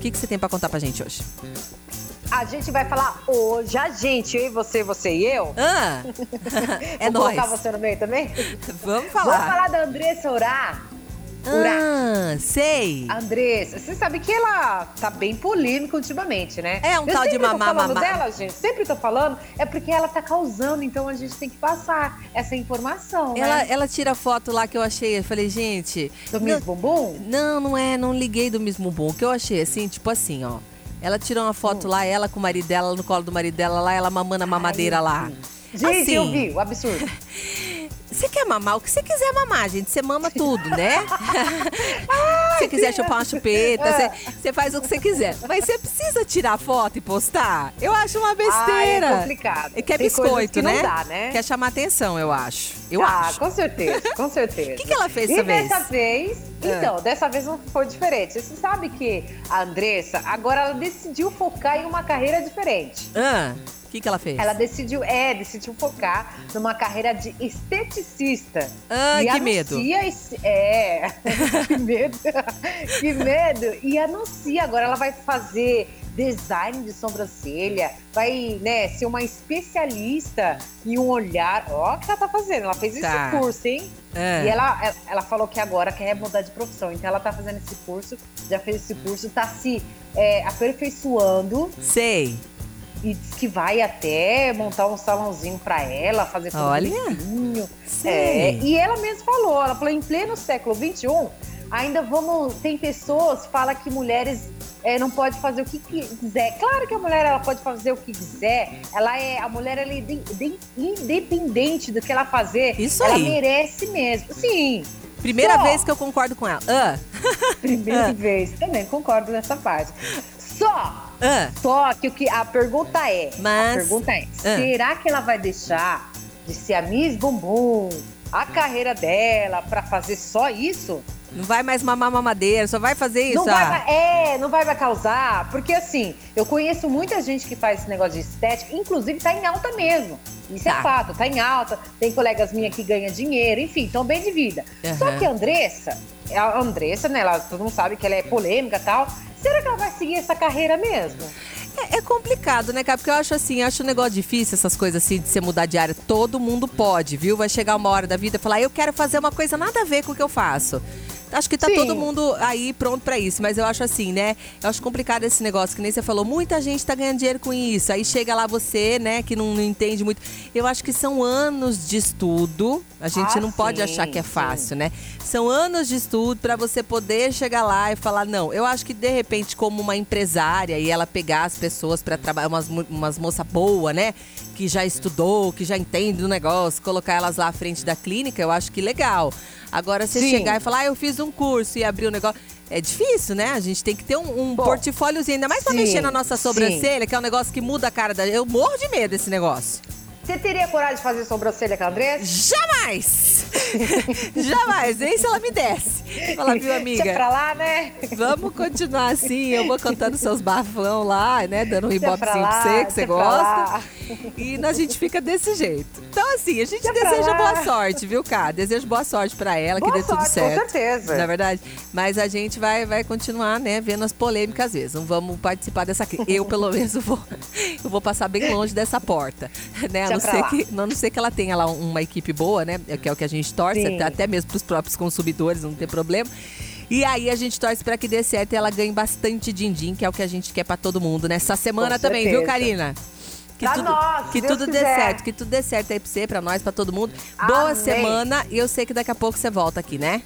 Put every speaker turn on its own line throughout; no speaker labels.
que, que você tem pra contar pra gente hoje?
A gente vai falar hoje, a gente, eu e você, você e eu.
Ah, é
Vou
nóis.
colocar você no meio também?
Vamos
Vamos
falar.
falar da Andressa Urá. Urá.
Ah, sei.
Andressa, você sabe que ela tá bem polêmica ultimamente, né?
É um
eu
tal de
sempre tô
mamá,
falando
mamá.
dela, gente, sempre tô falando, é porque ela tá causando, então a gente tem que passar essa informação,
Ela,
né?
ela tira foto lá que eu achei. Eu falei, gente.
Do
não-
Miss Bumbum?
Não, não é, não liguei do mesmo bom. O que eu achei assim, tipo assim, ó. Ela tirou uma
Hum.
foto lá, ela com o marido dela, no colo do marido dela lá, ela mamando a mamadeira lá.
Gente,
assim,
eu vi, o absurdo.
Você quer mamar o que você quiser mamar, gente. Você mama tudo, né? Se você quiser chupar uma chupeta,
Ah.
você, você faz o que você quiser. Mas você precisa tirar foto e postar? Eu acho uma besteira.
Ah, é complicado.
E Quer
Tem coisas
biscoito,
que não
né?
dá, né?
Quer chamar atenção, eu acho. Eu
ah,
acho.
com certeza, com certeza. O
que que ela fez dessa
e
vez? É.
dessa vez? Então, dessa vez não foi diferente. Você sabe que a Andressa, agora ela decidiu focar em uma carreira diferente.
Ah, o que, que ela fez?
Ela decidiu, é, decidiu focar numa carreira de esteticista.
Ah,
e
que
anuncia
medo.
esse- é, que medo. que medo. E anuncia, agora ela vai fazer design de sobrancelha, vai, né, ser uma especialista em um olhar. Ó, o que ela tá fazendo? Ela fez
Tá.
esse curso, hein?
Ah.
E ela, ela- ela falou que agora quer mudar de profissão. Então ela tá fazendo esse curso, já fez esse curso, tá se é, aperfeiçoando
Sei.
e diz que vai até montar um salãozinho pra ela, fazer tudo
Olha.
bonitinho.
Sei.
É, e ela mesma falou, ela falou, em pleno século XXI, ainda vamos, tem pessoas que falam que mulheres é, não pode fazer o que quiser. Claro que a mulher ela pode fazer o que quiser, ela é, a mulher ela é inde- inde- independente do que ela fazer,
Isso
ela
aí.
merece mesmo. Sim,
Primeira
Só.
vez que eu concordo com ela. Ah,
primeira vez, também concordo nessa parte. Só
ah.
Só que o que a pergunta é,
Mas-
a pergunta é,
Ah.
será que ela vai deixar de ser a Miss Bumbum, a carreira dela pra fazer só isso?
Não vai mais mamar mamadeira, só vai fazer isso.
não vai,
ah.
mais- é, não vai mais causar, porque assim, eu conheço muita gente que faz esse negócio de estética, inclusive tá em alta mesmo. Isso
Tá.
é fato, tá em alta. Tem colegas minhas que ganham dinheiro, enfim, estão bem de vida. Só
Aham.
que a Andressa, a Andressa, né, ela, todo mundo sabe que ela é polêmica e tal. Será que ela vai seguir essa carreira mesmo?
É, é complicado, né, cara? Porque eu acho assim, eu acho um negócio difícil essas coisas assim de você mudar de área. Todo mundo pode, viu? Vai chegar uma hora da vida e falar, eu quero fazer uma coisa nada a ver com o que eu faço. Acho que tá
Sim.
todo mundo aí pronto pra isso, mas eu acho assim, né? Eu acho complicado esse negócio, que nem você falou, muita gente tá ganhando dinheiro com isso. Aí chega lá você, né, que não, não entende muito. Eu acho que são anos de estudo. A gente
Ah,
não pode
sim,
achar que é
sim.
fácil né? São anos de estudo para você poder chegar lá e falar não. Eu acho que de repente como uma empresária e ela pegar as pessoas para trabalhar umas mo- umas moça boa, né, que já estudou, que já entende do negócio, colocar elas lá à frente da clínica, eu acho que legal. Agora você
Sim.
chegar e falar, ah, eu fiz um curso e abrir um negócio, é difícil, né? A gente tem que ter um, um
Bom,
portfóliozinho, ainda mais pra
sim,
mexer na nossa
sim.
sobrancelha, que é um negócio que muda a cara da. Eu morro de medo desse negócio.
Você teria coragem de fazer sobrancelha com a Andressa?
Jamais! Jamais, nem se ela me desse. Fala, viu,
Deixa
amiga?
pra lá, né?
Vamos continuar assim, eu vou contando seus bafão lá, né? Dando um
Deixa
ibopezinho pra
pra lá,
você, que você
deixa pra
gosta.
lá.
E a gente fica desse jeito. Então, assim, a gente
Deixa pra
deseja
lá.
boa sorte, viu, cara? Desejo boa sorte pra ela,
Boa
que dê tudo
sorte,
certo.
com certeza.
Na verdade. Mas a gente vai, vai continuar, né, vendo as polêmicas às vezes. Não vamos participar dessa crise. Eu, pelo menos, vou, eu vou passar bem longe dessa porta. Né? A
Deixa
não,
pra
ser
lá.
que, a não ser que ela tenha lá uma equipe boa, né? Que é o que a gente torce,
Sim.
até mesmo pros próprios consumidores, não tem problema. E aí a gente torce pra que dê certo e ela ganhe bastante din-din, que é o que a gente quer pra todo mundo nessa semana
Com
também, viu,
certeza.
Karina? Que
Pra
tudo,
nós, se
que
Deus
tudo dê
quiser.
certo, que tudo dê certo aí pra você, pra nós, pra todo mundo. Boa
Amém.
semana e eu sei que daqui a pouco você volta aqui, né?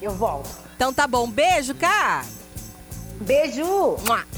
Eu volto.
Então tá bom, beijo, cá!
Beijo!
Mua.